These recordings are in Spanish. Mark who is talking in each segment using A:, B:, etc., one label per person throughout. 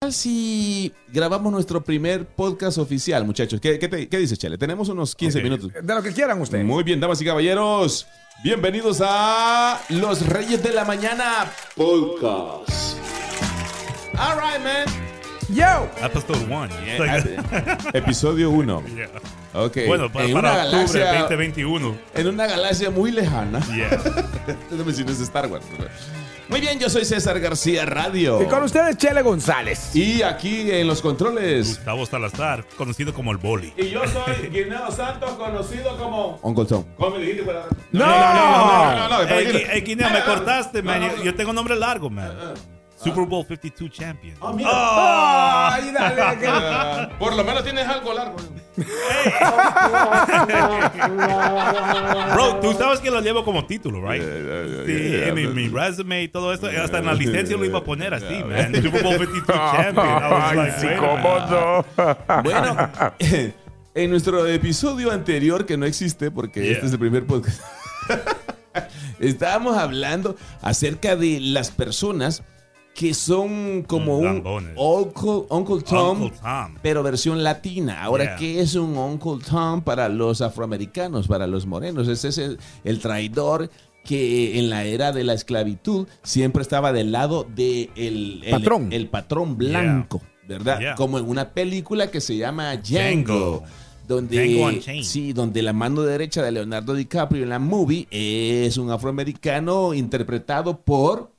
A: importa si grabamos nuestro primer podcast oficial, muchachos? ¿Qué, qué, te- qué dices, Chele? Tenemos unos 15 minutos.
B: De lo que quieran ustedes.
A: Muy bien, damas y caballeros. Bienvenidos a Los Reyes de la Mañana Podcast. All right, man.
B: Yo.
C: Episode 1.
A: Episodio 1. Ok.
C: Bueno, para,
A: Eh, en,
C: para
A: una
C: octubre
A: galaxia,
C: 2021.
A: en una galaxia muy lejana.
C: Yeah.
A: Déjame si no es Star Wars. Muy bien, yo soy César García Radio.
B: Y con ustedes, Chele González.
A: Y aquí en los controles.
C: Gustavo Salazar, conocido como el Boli.
A: Y yo soy Guineo Santos, conocido como. Uncle Tom. ¿Cómo me dijiste para.?
B: ¡No!
A: no, no, no, no,
C: Ey,
A: tranquilo. Ah,
C: Gui- ey, Guinea, eh, me cortaste, man. Yo- Yo tengo nombre largo, man. Super Bowl 52 champion.
A: Ah, mira.
B: Ay, dale, que-
A: Ah, por lo menos tienes algo largo.
C: Bro, tú sabes que lo llevo como título, right? Sí, en mi, mi
A: Sí,
C: resume y todo eso, hasta en la licencia lo iba a poner así,
A: Yeah.
C: man. Super Bowl 52 champion. I was
B: Ay,
C: like,
B: sí,
C: wait a minute.
B: cómo no.
A: bueno, en nuestro episodio anterior, que no existe porque
C: Yeah.
A: este es el primer podcast, estábamos hablando acerca de las personas que son como un
C: Lambones.
A: Uncle, Uncle Tom,
C: Uncle Tom.
A: pero versión latina. Ahora,
C: Yeah.
A: ¿qué es un Uncle Tom para los afroamericanos, para los morenos? Ese es el, el traidor que en la era de la esclavitud siempre estaba del lado del el, el-
B: Patrón.
A: el patrón blanco, ¿verdad?
C: Yeah.
A: Como en una película que se llama Django.
C: Django.
A: Donde,
C: Django Unchained.
A: sí, donde la mano derecha de Leonardo DiCaprio en la movie es un afroamericano interpretado por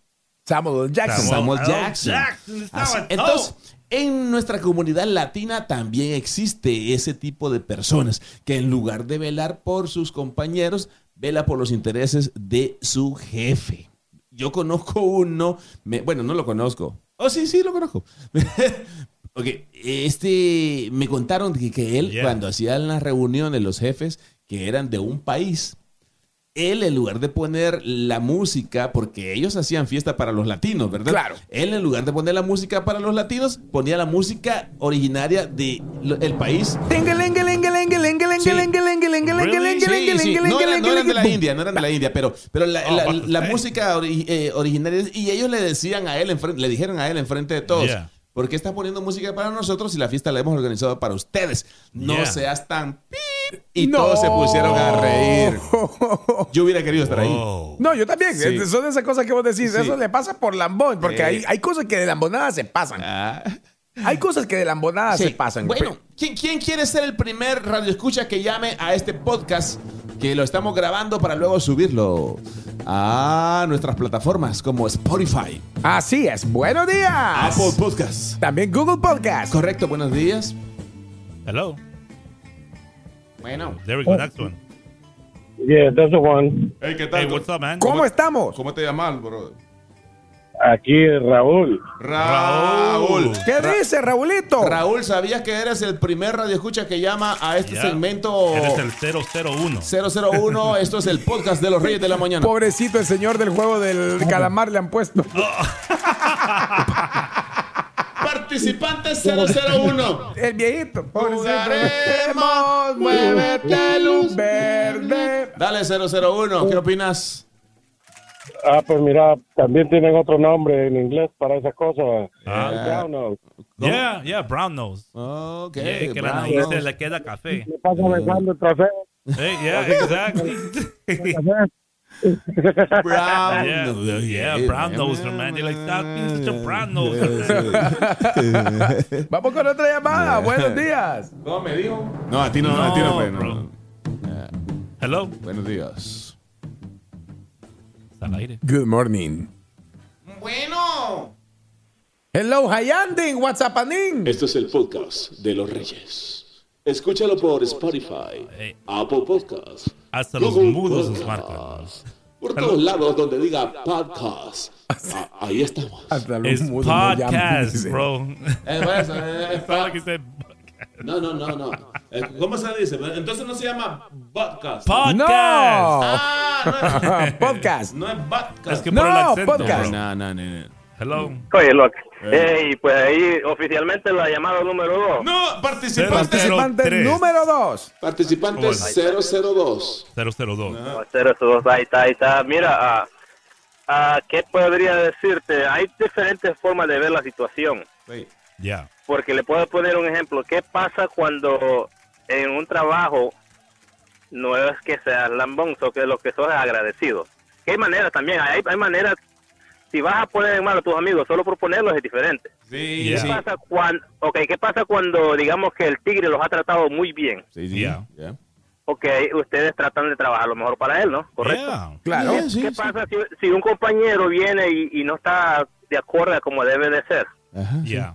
B: Samuel Jackson.
C: Samuel.
A: Samuel
C: L.
A: Jackson.
C: Jackson estaba
A: Así-
C: todo.
A: entonces, en nuestra comunidad latina también existe ese tipo de personas que en lugar de velar por sus compañeros, vela por los intereses de su jefe. Yo conozco uno, me- bueno, no lo conozco. Oh, sí, sí, lo conozco. ok, este, me contaron que, que él,
C: Yeah.
A: cuando hacían las reuniones, los jefes, que eran de un país, él en lugar de poner la música, porque ellos hacían fiesta para los latinos, ¿verdad?
B: Claro.
A: Él en lugar de poner la música para los latinos, ponía la música originaria del el país. Sí. Sí, sí. No, eran, no eran de la India, no eran de la India, pero, pero la,
C: Oh,
A: la-
C: what the
A: la
C: heck?
A: música ori- eh, originaria. Y ellos le decían a él, enfren- le dijeron a él enfrente de todos.
C: Yeah.
A: ¿Por qué estás poniendo música para nosotros si la fiesta la hemos organizado para ustedes? No
C: Yeah.
A: seas tan... pip". Y todos se pusieron a reír. Yo hubiera querido estar ahí.
C: Wow.
B: No, yo también.
A: Sí.
B: Es- Son esas cosas que vos decís.
A: Sí.
B: Eso le pasa por lambón. Porque
A: Sí.
B: hay, hay cosas que de lambonada se pasan.
A: Ah.
B: Hay cosas que de lambonada
A: Sí.
B: se pasan.
A: Bueno, ¿quién, quién quiere ser el primer radio escucha que llame a este podcast? Que lo estamos grabando para luego subirlo a nuestras plataformas como Spotify,
B: Así es. Buenos días.
A: Apple Podcasts.
B: También Google Podcast.
A: Correcto, buenos días.
C: Hello.
A: Bueno.
C: There we go. Next one.
D: Yeah, that's the one.
A: Hey, Oh. ¿qué
C: Hey, what's up, man?
B: ¿Cómo estamos?
A: ¿Cómo te llamas, bro?
D: Aquí Raúl.
A: Raúl.
B: ¿Qué dice, Raulito?
A: Raúl, ¿sabías que eres el primer radio escucha que llama a este
C: Yeah.
A: segmento
C: Eres el 001.
A: 001? Esto es el podcast de los Reyes de la Mañana.
B: Pobrecito el señor del juego del calamar le han puesto.
A: Participante 001.
B: El viejito.
A: Jugaremos,
B: Pobrecito. Uh,
A: muévete, luz
B: verde.
A: Dale 001, ¿qué opinas?
D: Ah, pues mira, también tienen otro nombre en inglés para esa cosa. El brown note.
C: Yeah, yeah, brown nose.
A: Ok.
C: Yeah, que la
A: bravo.
C: nariz se le queda café.
D: Me pasa besando el trasero.
C: Hey, yeah, exactly.
A: Brown.
C: Yeah, yeah, brown nose, man. You're like, stop being such a brown nose.
B: Vamos con otra llamada. Buenos días.
A: ¿Cómo me dijo? No, a ti no, a ti no, pues, no,
C: bro.
A: no.
C: Hello.
A: Buenos días.
C: Está al aire.
B: Good morning.
A: Bueno.
B: Hello, Hayandin. What's happening?
E: Esto es el podcast de los Reyes. Escúchalo por Spotify,
C: Hey,
E: Apple Podcast,
C: hasta los
E: Google
C: mudos nos
E: Podcast,
C: marcan.
E: por todos lados donde diga podcast. Ah, ahí estamos.
B: Hasta los
C: It's
B: mudos nos llaman,
C: podcast,
B: dice.
C: bro. Sound like he said
A: No, no, no, no. Eh, ¿Cómo se dice? Entonces no se llama podcast.
C: podcast.
B: No.
A: Ah,
B: podcast.
A: no es, no es
C: Es
A: podcast.
C: que por el
B: No,
C: acento,
B: podcast.
C: bro.
A: No, no, no, no.
C: Hello.
D: Oye, loco. Ey, pues ahí oficialmente la llamada número dos.
A: Eh. No, participante.
C: Cero,
B: Participante
C: Tres.
B: número dos.
E: Participante
C: Bueno.
E: 002.
C: 002.
D: Cero, dos, ahí está, ahí está. Mira, ah, ah, ¿qué podría decirte? Hay diferentes formas de ver la situación.
A: Sí.
C: Yeah.
F: Porque le puedo poner un ejemplo. ¿Qué pasa cuando en un trabajo no es que seas lambón, sino que lo que sos es agradecido? Que hay maneras también, hay, hay maneras. Si vas a poner en mal a tus amigos, solo por ponerlos es diferente.
A: Sí,
C: Yeah.
F: ¿Qué, pasa cuando, okay, ¿Qué pasa cuando digamos que el tigre los ha tratado muy bien?
A: Sí,
C: Yeah.
A: yeah.
F: Ok, ustedes tratan de trabajar lo mejor para él, ¿no? Correcto.
C: Yeah.
B: Claro.
A: Yeah, sí,
F: ¿Qué
A: sí.
F: pasa si, si un compañero viene y, y no está de acuerdo a como debe de ser?
A: Ajá, sí.
C: Yeah.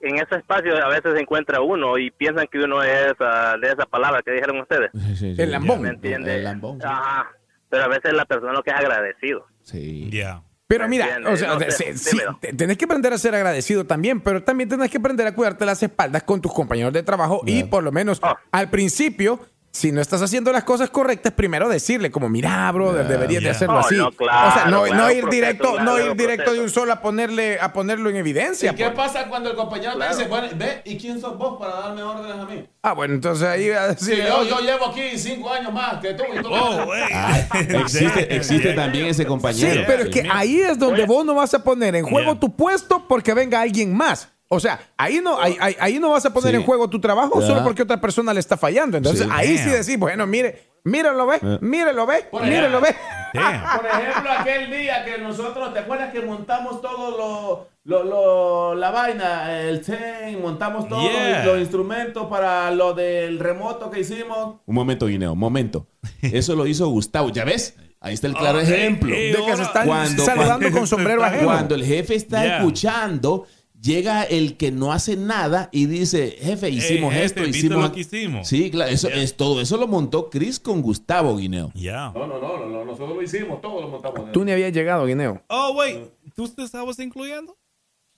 F: En ese espacio a veces se encuentra uno y piensan que uno es ah, de esa palabra que dijeron ustedes.
A: Sí, sí, sí.
B: El lambón.
F: ¿Me entiende?
A: El lambón, sí.
F: Ajá. Pero a veces la persona lo que es agradecido.
A: Sí.
C: Yeah.
B: Pero mira,
F: Entiende,
B: o sea,
F: no
B: de-
F: sé,
B: sí,
F: dímelo.
B: te- tenés que aprender a ser agradecido también, pero también tenés que aprender a cuidarte las espaldas con tus compañeros de trabajo y por lo menos
F: Ah.
B: al principio, si no estás haciendo las cosas correctas, primero decirle como, mira, brother, deberías
C: Yeah.
B: de hacerlo
F: Oh,
B: así.
F: no, claro,
B: o sea, no,
F: claro,
B: no ir
F: proceso,
B: directo,
F: claro,
B: no ir
F: proceso.
B: directo de un solo a ponerle, a ponerlo en evidencia.
A: ¿Y qué
B: pues.
A: pasa cuando el compañero
F: Claro.
A: te dice, bueno, ve, ¿y quién sos vos para darme órdenes a mí?
B: Ah, bueno, entonces ahí va a
A: Sí,
B: decirle,
A: yo,
B: "Oh,
A: yo llevo aquí cinco años más que tú y tú.
C: Oh, hey.
A: Ah, Existe, existe también ese
B: Sí,
A: compañero.
B: pero es que ahí es donde
F: Oye.
B: vos no vas a poner en juego
C: Yeah.
B: tu puesto porque venga alguien más. O sea, ahí no, ahí, ahí- ahí no vas a poner
A: Sí.
B: en juego tu trabajo
A: Ya.
B: solo porque otra persona le está fallando. Entonces
A: Sí. Eh.
B: ahí sí
C: Damn.
B: decís, bueno, mire, míralo, ve, míralo, ve,
A: Por allá.
B: míralo, ve.
C: Damn.
A: Por ejemplo, aquel día que nosotros, ¿te acuerdas que montamos todo lo, lo- lo- la vaina, el chain, montamos todos
C: Yeah.
A: los instrumentos para lo del remoto que hicimos? Un momento, Guineo, un momento. Eso lo hizo Gustavo, ¿ya ves? Ahí está el claro
C: Oh,
A: ejemplo.
C: eh, eh,
B: De que se están
A: Cuando-
B: saludando
C: cuando-
B: con sombrero ajeno.
A: Cuando el jefe está
C: Yeah.
A: escuchando, llega el que no hace nada y dice, jefe, hicimos
C: Eh, jefe,
A: esto,
C: ¿viste
A: hicimos...
C: lo que hicimos?
A: Sí, claro, eso es todo. Eso lo montó Chris con Gustavo Guineo.
C: Yeah.
A: No, no, no, no, nosotros lo hicimos, todos lo montamos.
B: Tú ni habías llegado, Guineo.
C: Oh, wait. ¿Tú te estabas incluyendo?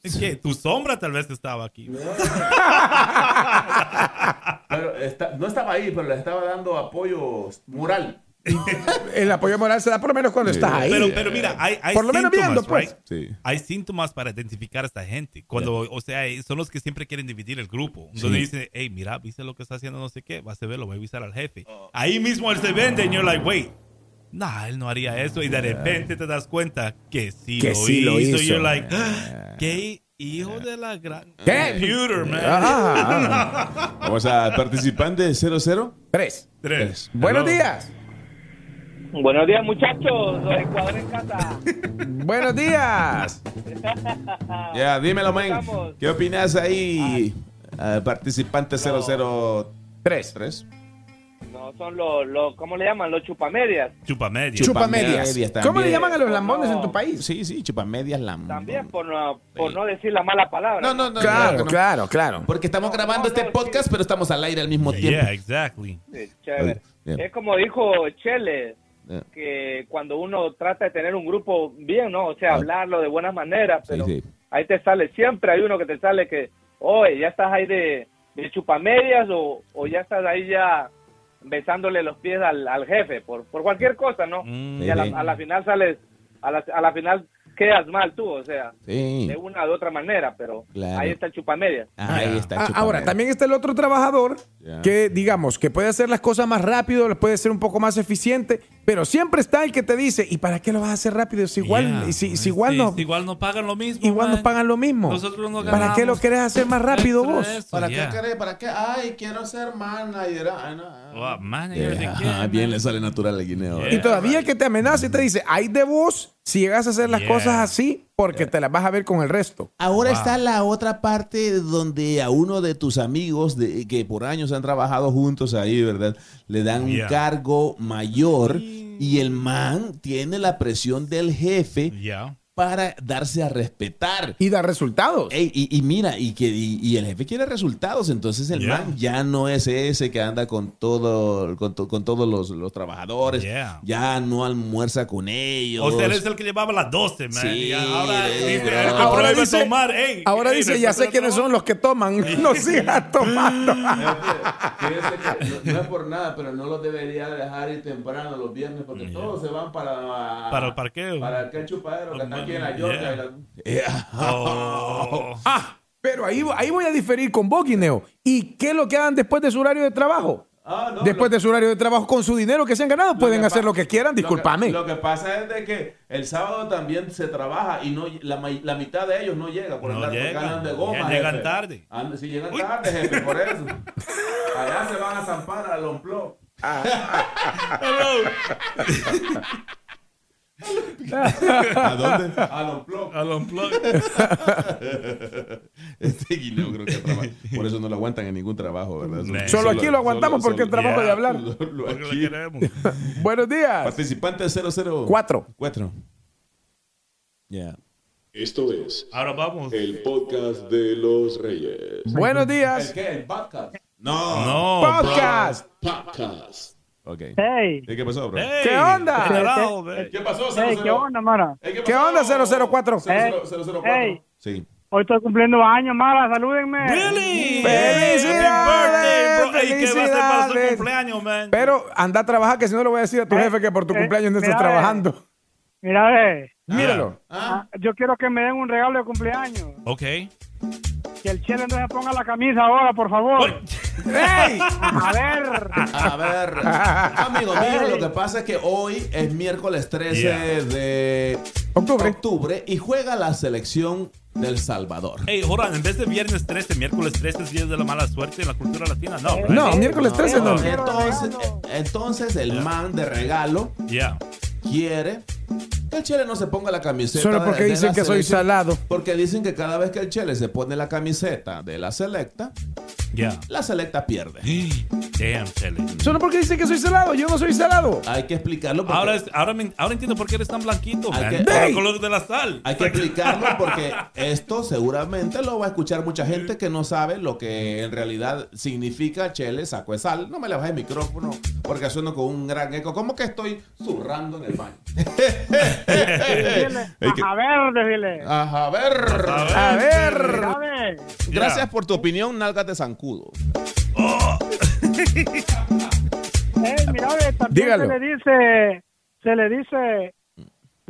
C: ¿En qué? Tu sombra tal vez estaba aquí.
A: Pero está- no estaba ahí, pero le estaba dando apoyo moral.
B: El apoyo moral se da por lo menos cuando estás ahí. eh,
C: Pero, pero mira, hay, hay
B: Por lo menos
C: síntomas,
B: viendo, pues.
C: right?
A: Sí.
C: Hay síntomas para identificar a esta gente. Cuando, o sea, eh, son los que siempre quieren dividir el grupo. Donde dicen, hey, mira, viste lo que está haciendo no sé qué, vas a verlo, voy a avisar al jefe.
B: Oh.
C: Ahí mismo él se vende y you're like, wait, nah, él no haría eso. Y de repente te das cuenta que sí,
B: Que
C: lo,
B: sí
C: hizo.
B: lo hizo.
C: You're like, "Ah, qué hijo de la gran
B: ¿Qué?
C: computer, man.
B: Ah, Ajá, ajá.
A: Vamos a participante 00.
B: Tres.
C: Tres.
B: Buenos
C: Hello.
B: días.
G: Buenos días, muchachos. Los encuadro en casa.
B: Buenos días.
A: Ya, dímelo, man.
G: Ah. Estamos.
A: ¿Qué opinas ahí, eh, participante 003?
B: Tres.
G: No son los, los, ¿cómo le llaman? Los chupamedias.
C: Chupa media.
A: Chup-
B: Chupamedias.
A: Chupamedias también.
B: ¿Cómo le llaman a los lambones en tu país?
A: Sí, sí, chupamedias la.
G: También por no, por no decir la mala palabra.
A: No, no, no.
B: Claro,
A: no, no.
B: claro, claro.
A: Porque estamos grabando este podcast, pero estamos al aire al mismo tiempo.
C: Yeah, exactly.
G: Sí, chévere.
A: Bien.
G: Es como dijo Chele,
A: Eh,
G: que cuando uno trata de tener un grupo bien, ¿no? O sea,
A: Ah.
G: hablarlo de buenas maneras,
A: Sí,
G: pero
A: sí.
G: ahí te sale, siempre hay uno que te sale que, oye, ya estás ahí de, de chupamedias o, o ya estás ahí ya besándole los pies al, al jefe, por, por cualquier cosa, ¿no?
C: Mm.
G: y a la,
A: Sí, sí.
G: a la final sales, a la, a la final quedas mal tú, o sea,
A: Sí.
G: de una u otra manera, pero
A: Claro.
G: ahí está el chupamedias.
A: Ahí está.
B: Ah,
A: chupamedias.
B: ahora, también está el otro trabajador
A: Ya.
B: que, digamos, que puede hacer las cosas más rápido, puede ser un poco más eficiente, pero siempre está el que te dice, ¿y para qué lo vas a hacer rápido? Si igual,
C: Yeah.
B: si, si
C: Sí,
B: igual, no,
C: si igual no pagan lo mismo.
B: igual nos
C: man.
B: pagan lo mismo.
C: Nosotros no
B: ¿Para qué lo
C: ganamos.
B: querés hacer más rápido
C: Extra
B: vos?
C: eso,
A: ¿Para
C: yeah.
A: qué querés? ¿Para qué? Ay, quiero ser manager. Ay, no, ay, no.
C: Oh, manager de qué,
A: Ah,
C: man?
A: bien le sale natural a Guineo. eh.
C: Yeah.
B: Y todavía el que te amenaza y te dice, hay de vos si llegas a hacer las
C: Yeah.
B: cosas así porque te las vas a ver con el resto.
A: Ahora
C: Wow.
A: está la otra parte donde a uno de tus amigos de, que por años han trabajado juntos ahí, ¿verdad? Le dan un
C: Yeah.
A: cargo mayor y el man tiene la presión del jefe
C: Yeah.
A: para darse a respetar.
B: Y da resultados.
C: Pues
A: Ey, y, y mira, y, que, y, y el jefe quiere resultados, entonces el
C: Yeah.
A: man ya no es ese que anda con todo, con, to- con todos los, los trabajadores,
C: Yeah.
A: ya no almuerza con ellos.
C: O sea, eres el que llevaba las 12, man.
A: Sí,
C: Y ahora
A: eh,
C: dice,
A: bro.
C: el que
A: Ahora
C: prueba a
B: dice-
C: tomar, ey,
B: Ahora
C: ey,
B: dice, ya
C: respeta
B: sé
C: el
B: quiénes son los que toman, no sigas tomando.
A: no, es por nada, pero no los debería dejar ir temprano los viernes porque todos se van para,
C: Para el parqueo. para
A: el chupadero
C: que está aquí en la Georgia y la- trabajo. Oh.
B: Ah, pero ahí, ahí voy a diferir con vos, Guineo. ¿Y qué es lo que hagan después de su horario de trabajo? Después de su horario de trabajo, con su dinero que se han ganado, pueden
A: que
B: hacer
A: pa-
B: lo que quieran,
A: que-
B: discúlpame.
A: Lo que, pasa es de que el sábado también se trabaja y no la, ma- la mitad de ellos no llega por
C: No
A: andar
C: llegan,
A: ganan de goma.
C: ya llegan
A: jefe.
C: tarde.
A: And- sí, llegan tarde, jefe, por eso. Allá se van a zampar al Lompló.
B: Ah.
C: ¿A dónde?
A: Al Lompló.
C: Al unplug.
A: Este guineo creo que trabaja. Por eso no lo aguantan en ningún trabajo, ¿verdad?
C: Solo
B: aquí lo aguantamos porque el trabajo de hablar.
A: solo
C: Porque lo
A: aquí.
C: queremos.
B: Buenos días.
A: Participante 00.
B: Cuatro.
A: Cuatro. Ya.
E: Esto es
C: Ahora vamos.
E: el podcast de los reyes.
B: Buenos
A: ¿El
B: días.
A: qué? ¿El podcast? No.
C: No.
B: Podcast.
E: Podcast.
A: Ok.
H: Hey,
A: ¿Y ¿Qué pasó, bro?
C: bro. Ey,
B: ¿Qué onda?
C: cuidado, ve.
A: ¿Qué pasó,
H: hey,
A: 00?
H: ¿qué onda, mano?
A: Ey,
B: Eh, ¿Qué
A: pasó?
B: onda, Eh. 004?
A: 00- 004.
H: Ey.
A: Sí.
H: Hoy estoy cumpliendo años, mala, salúdenme.
C: Really?
B: Felicidades,
C: Happy birthday, bro. Ey, ¿Qué va a hacer para su
B: felicidades.
C: cumpleaños, man?
B: Pero anda a trabajar, que si no le voy a decir a tu
H: Eh,
B: jefe que por tu
H: eh,
B: cumpleaños no estás
H: mira, eh.
B: trabajando.
H: Mira, ve,
B: Míralo.
A: Ah,
H: ah, yo quiero que me den un regalo de cumpleaños.
C: Ok.
H: Que el chile no se ponga la camisa ahora, por favor.
B: ¡Ey!
H: A ver.
A: a ver. Amigo mío, lo que pasa es que hoy es miércoles 13
C: Yeah.
A: de
B: Octubre.
A: octubre y juega la selección del Salvador.
C: Hey, hold on. En vez de viernes 13, miércoles 13 es día de la mala suerte en la cultura latina. No, right?
B: No, miércoles 13 no.
H: no. Quiero
A: Entonces,
H: regalo.
A: eh, entonces el man de regalo
C: Yeah.
A: quiere que el Chele no se ponga la camiseta.
B: Solo
A: de-
B: porque
A: de la
B: dicen que soy
A: selección.
B: salado.
A: Porque dicen que cada vez que el Chele se pone la camiseta de la selecta,
C: Yeah.
A: la selecta pierde.
C: Damn, Chele.
B: Solo porque dicen que soy salado, yo no soy salado.
A: Hay que explicarlo porque
C: Ahora, es- ahora, me- ahora entiendo por qué eres tan blanquito,
A: Hay
C: man.
A: que-
C: Por
B: Ey.
C: el color de la sal.
A: hay que explicarlo porque esto seguramente lo va a escuchar mucha gente que no sabe lo que en realidad significa Chele sacó de sal. No me le bajes el micrófono porque sueno con un gran eco. ¿Cómo que estoy zurrando en el baño?
H: Dile,
A: Hay que-
H: A ver, decirle.
A: Ajá, a ver.
B: A ver.
H: Mira, ve.
A: Gracias por tu opinión, nalgas de zancudo.
H: Ey, mira, ve, también
B: Dígalo.
H: se le dice, se le dice,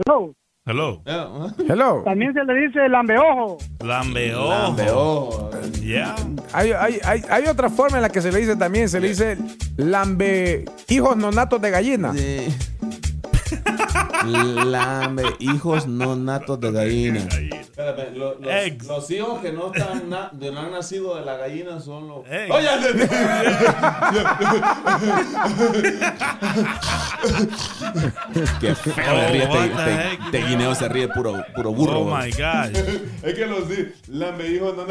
H: no,
C: Hello.
A: Ah,
B: Hello.
H: también se le dice lambeojo.
C: Lambeo.
A: Veo.
C: Yeah.
B: Hay, hay- hay- hay otra forma en la que se le dice también, se le dice lambe hijos nonatos de gallina.
A: Sí. Lame, hijos no natos de gallina. Espérate, lo- los,
C: Eggs.
A: los hijos que no, están na- de- no han nacido de la gallina son los.
C: Eggs.
A: ¡Oye! Qué feo
C: Oh,
A: se ríe
C: what
A: este,
C: the
A: este-
C: heck,
A: este
C: bro.
A: guineo, se ríe puro, puro burro.
C: Oh my gosh.
A: Es que los lame hijos no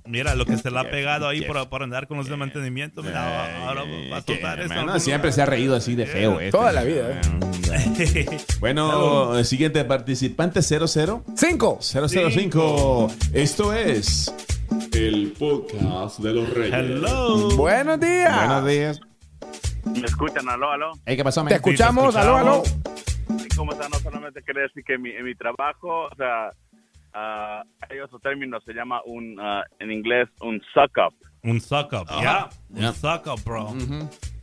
C: Mira lo que se le ha pegado ahí por, por andar con los de mantenimiento. Mira, ahora va a soltar eso.
A: nacido. Siempre se ha reído así de feo. Este.
B: Toda la vida, eh.
A: Bueno, el siguiente participante 00.
B: Cinco.
A: 005. Esto es.
E: El podcast de los reyes.
C: Hello.
B: Buenos días.
A: Buenos días.
F: Me escuchan, aló, aló.
A: Hey, ¿Qué pasó,
B: Te
A: men?
B: escuchamos,
C: te
B: aló, aló.
F: ¿Cómo están? No solamente quería decir que en mi, en mi trabajo, o sea, ah, hay otro término, se llama un, ah, en inglés, un suck up.
C: Un suck up. Yeah.
A: Yeah.
C: Un suck up, bro.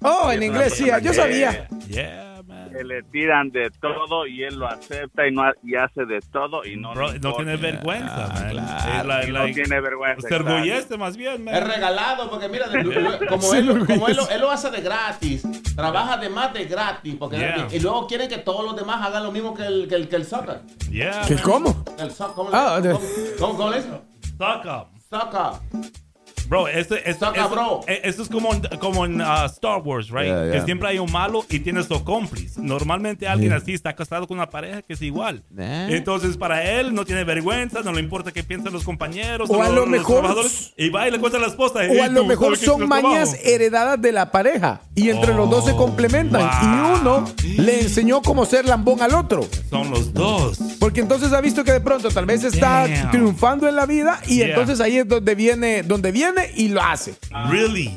B: Oh, en inglés, sí, yo
C: Eh,
B: sabía.
C: Yeah, man.
F: Que le tiran de todo y él lo acepta y no ha- y hace de todo y no,
C: Bro,
F: le
C: no
F: importa.
C: tiene vergüenza,
A: Ah,
C: man. Eh, like-
F: Y no
C: like,
F: tiene vergüenza.
C: Se
F: exacto.
C: orgullece más bien,
A: Es
C: man.
A: regalado porque mira, de- de- como,
B: Sí,
A: él,
B: lo
A: como él, lo-
B: hice.
A: él lo hace de gratis, trabaja de más de gratis porque
C: Yeah.
A: y, luego quieren que todos los demás hagan lo mismo que el que el, que el soccer.
C: Yeah.
B: ¿Qué,
C: man.
B: ¿Cómo?
A: El so- ¿Cómo,
B: Ah,
A: le,
B: de-
A: ¿cómo, cómo, cómo le dice?
C: Suck up.
A: Soccer.
C: Bro, esto, esto,
A: Saca,
C: esto-
A: bro.
C: eh, esto es como, en- como en ah, Star Wars, right?
A: Yeah, yeah.
C: Que siempre hay un malo y tiene su cómplice. Normalmente alguien así está casado con una pareja que es igual.
A: Eh.
C: Entonces, para él no tiene vergüenza, no le importa qué piensan los compañeros
B: O a
C: los,
B: lo
C: los
B: mejor-
C: trabajadores. Y va y le cuenta a la esposa. "Hey,
B: O a
C: tú,
B: lo mejor
C: ¿sabes qué es
B: son
C: lo que
B: mañas
C: trabajo?"
B: heredadas de la pareja y entre los dos se
C: Oh,
B: complementan
C: wow.
B: y uno le enseñó cómo ser lambón al otro.
C: Son los dos.
B: Porque entonces ha visto que de pronto tal vez está
C: Damn.
B: triunfando en la vida y
C: Yeah.
B: entonces ahí es donde viene, donde viene y lo hace.
C: Really.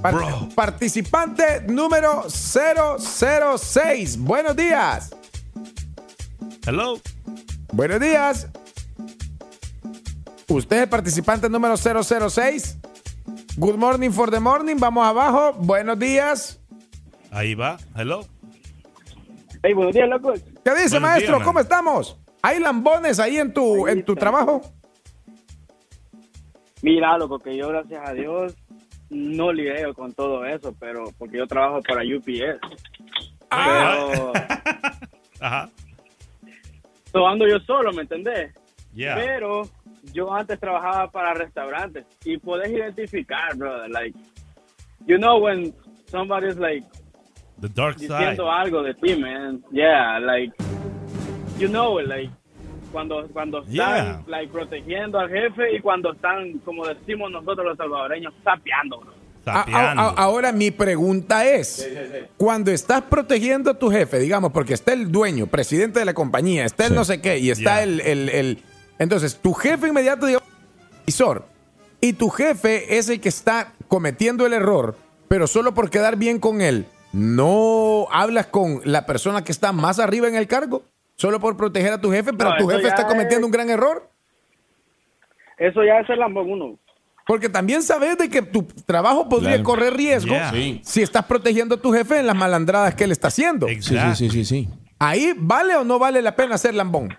B: Par-
C: Bro.
B: Participante número 006. Buenos días.
C: Hello.
B: Buenos días. Usted es el participante número 006. Good morning for the morning. Vamos abajo. Buenos días.
C: Ahí va. Hello.
G: Hey, buenos días, locos.
B: ¿Qué dice,
C: Buenos
B: maestro?
C: días, man.
B: ¿Cómo estamos? ¿Hay lambones ahí en tu, en tu trabajo?
G: Mira, loco, que yo, gracias a Dios, no lidio con todo eso, pero porque yo trabajo para UPS. Pero
C: Ajá.
G: so, ando yo solo, ¿me entendés?
C: Yeah.
G: Pero yo antes trabajaba para restaurantes y podés identificar, brother, like, you know when somebody's like
C: The dark side.
G: diciendo algo de ti, man. Yeah, like, you know, like, cuando, cuando están,
C: Yeah.
G: like, protegiendo al jefe y cuando están, como decimos nosotros los salvadoreños, sapeando, bro.
B: A- a-
C: Sapeando.
B: a- ahora mi pregunta es, cuando estás protegiendo a tu jefe, digamos, porque está el dueño, presidente de la compañía, está el
I: Sí.
B: no sé qué, y está
C: Ya.
B: el, el- el- Entonces, tu jefe inmediato, digamos, supervisor, y tu jefe es el que está cometiendo el error, pero solo por quedar bien con él, ¿no hablas con la persona que está más arriba en el cargo? Solo por proteger a tu jefe, pero
G: No,
B: tu
G: eso
B: jefe
G: ya
B: está cometiendo
G: es-
B: un gran error.
G: Eso ya es el lambón uno.
B: Porque también sabes de que tu trabajo podría
A: Claro.
B: correr riesgo
C: Yeah.
A: Sí.
B: si estás protegiendo a tu jefe en las malandradas que él está haciendo.
A: Sí,
C: Exacto.
A: sí, sí, sí, sí.
B: Ahí vale o no vale la pena ser lambón.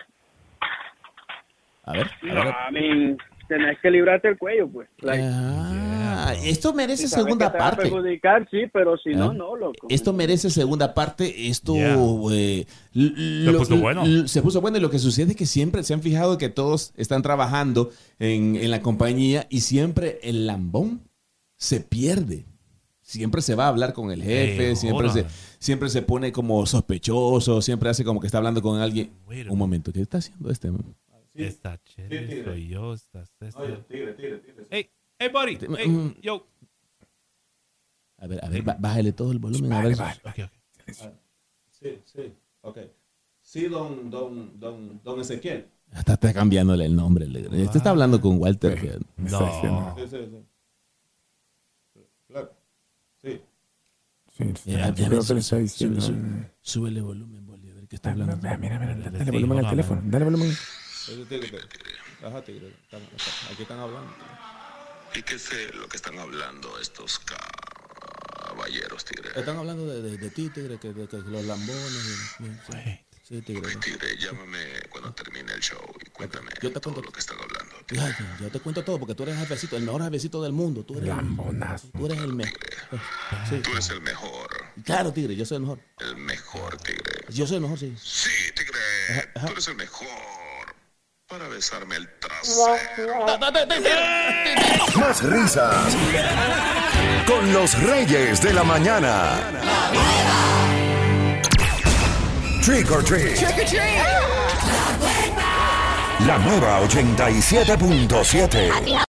A: A ver. a
G: No,
A: ver.
G: a mí, tenés que librarte el cuello, pues. Like,
A: Ah, esto merece
G: si sabes
A: Eh, segunda
G: que te va a
A: parte.
G: perjudicar, sí, pero si no,
A: Ah.
G: no, loco.
A: Esto merece segunda parte. Esto
C: Yeah.
A: eh, l-
C: Se
A: lo-
C: puso bueno.
A: l- se puso bueno. Y lo que sucede es que siempre se han fijado que todos están trabajando en, en la compañía y siempre el lambón se pierde. Siempre se va a hablar con el jefe,
C: Ey,
A: siempre, se,
C: joda.
A: siempre se pone como sospechoso, siempre hace como que está hablando con alguien.
C: Wait a
A: Un momento, ¿qué está haciendo este? man?
C: Esta chévere soy yo. Esta, esta- Hey, hey, buddy.
A: Te-
C: Hey,
A: mm.
C: yo.
A: A ver, a ver, ba- bájale todo el volumen. a ver.
C: Ok, ok.
A: Sí, sí, ok. Sí, don, don, don, don Ezequiel. Hasta está cambiándole el nombre. le- Este está hablando con Walter.
C: No.
A: Ya, ya ves,
B: está diciendo.
A: sube, sube, súbele volumen, Boli, a ver qué está hablando.
B: Mira, mira, mira, dale
C: Sí,
B: volumen al
C: no,
B: teléfono. Dale volumen.
A: Aquí están hablando.
J: Fíjese lo que están hablando estos caballeros, tigre.
A: Están hablando de, de, de ti, tigre, que, de, que los lambones. y- y- sí, sí, tigre.
J: Tigre, llámame cuando termine el show y cuéntame
A: Yo te
J: todo
A: cuento-
J: lo que están hablando.
A: Ya, ya, yo te cuento todo porque tú eres jefecito, el mejor jefecito del mundo. Tú eres,
B: Lambonazo.
A: tú eres el mejor. Sí.
J: Tú eres el mejor,
A: Claro, tigre, yo soy el mejor.
J: el mejor, tigre.
A: Yo soy el mejor, sí.
J: Sí, tigre, tú eres el mejor para besarme el trasero.
I: Más risas. Con los Reyes de la Mañana. Trick or treat. La nueva 87.7.